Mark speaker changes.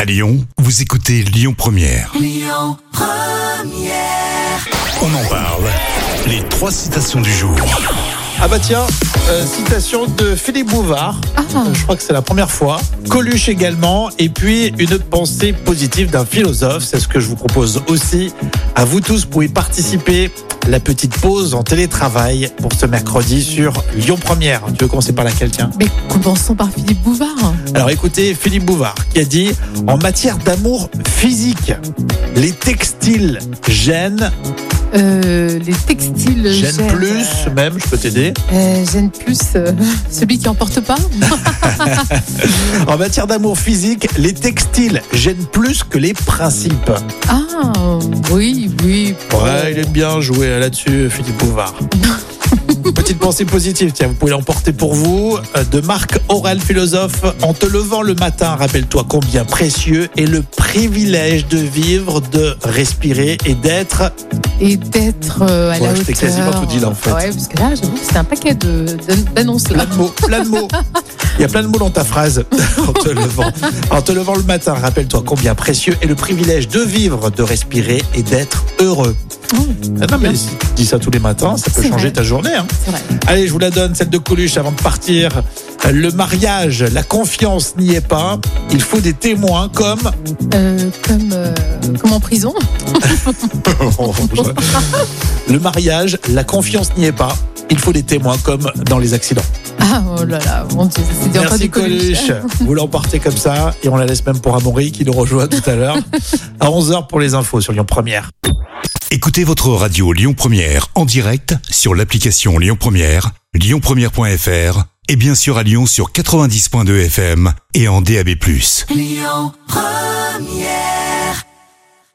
Speaker 1: À Lyon, vous écoutez Lyon Première. On en parle. Les trois citations du jour.
Speaker 2: Ah bah tiens, euh, citation de Philippe Bouvard.
Speaker 3: Ah.
Speaker 2: Euh, Je crois que c'est la première fois. Coluche également. Et puis une pensée positive d'un philosophe. C'est ce que je vous propose aussi. À vous tous, vous pouvez participer. La petite pause en télétravail pour ce mercredi sur Lyon Première. Tu veux commencer par laquelle tiens
Speaker 3: Mais commençons par Philippe Bouvard. hein.
Speaker 2: Alors écoutez Philippe Bouvard qui a dit en matière d'amour physique, les textiles gênent,
Speaker 3: Euh, les textiles
Speaker 2: gênent plus même. Je peux t'aider.
Speaker 3: Euh, gênent plus euh, celui qui en porte pas.
Speaker 2: En matière d'amour physique, les textiles gênent plus que les principes.
Speaker 3: Ah oui, oui.
Speaker 2: Ouais, il aime bien jouer euh, là-dessus, Philippe Bouvard. Petite pensée positive, tiens, vous pouvez l'emporter pour vous. euh, De Marc Aurel, philosophe. En te levant le matin, rappelle-toi combien précieux est le privilège de vivre, de respirer et d'être.
Speaker 3: Et d'être euh, à
Speaker 2: Ouais,
Speaker 3: la
Speaker 2: je t'ai
Speaker 3: hauteur.
Speaker 2: quasiment tout dit, là, en fait.
Speaker 3: Ouais, parce que là, j'avoue que c'est un paquet de- de- d'annonces
Speaker 2: Plein
Speaker 3: là.
Speaker 2: de mots, plein de mots. Il y a plein de mots dans ta phrase. En te levant, en te levant le matin, rappelle-toi combien précieux est le privilège de vivre, de respirer et d'être heureux.
Speaker 3: Mmh,
Speaker 2: Ah non, mais
Speaker 3: bien,
Speaker 2: si tu dis ça tous les matins, ça peut
Speaker 3: C'est
Speaker 2: changer
Speaker 3: vrai.
Speaker 2: ta journée. hein.
Speaker 3: c'est vrai.
Speaker 2: Allez, je vous la donne, celle de Coluche avant de partir. Le mariage, la confiance n'y est pas. Il faut des témoins comme.
Speaker 3: Euh, comme, euh, comme en prison.
Speaker 2: Le mariage, la confiance n'y est pas. Il faut des témoins comme dans les accidents.
Speaker 3: Ah oh là là, mon Dieu, c'était encore
Speaker 2: Merci
Speaker 3: du Coluche.
Speaker 2: Coluche. Vous l'emportez comme ça et on la laisse même pour Amaury qui nous rejoint tout à l'heure à 11h pour les infos sur Lyon Première.
Speaker 1: Écoutez votre radio Lyon Première en direct sur l'application Lyon Première, lyonpremière.fr et bien sûr à Lyon sur 90.2 FM et en DAB+.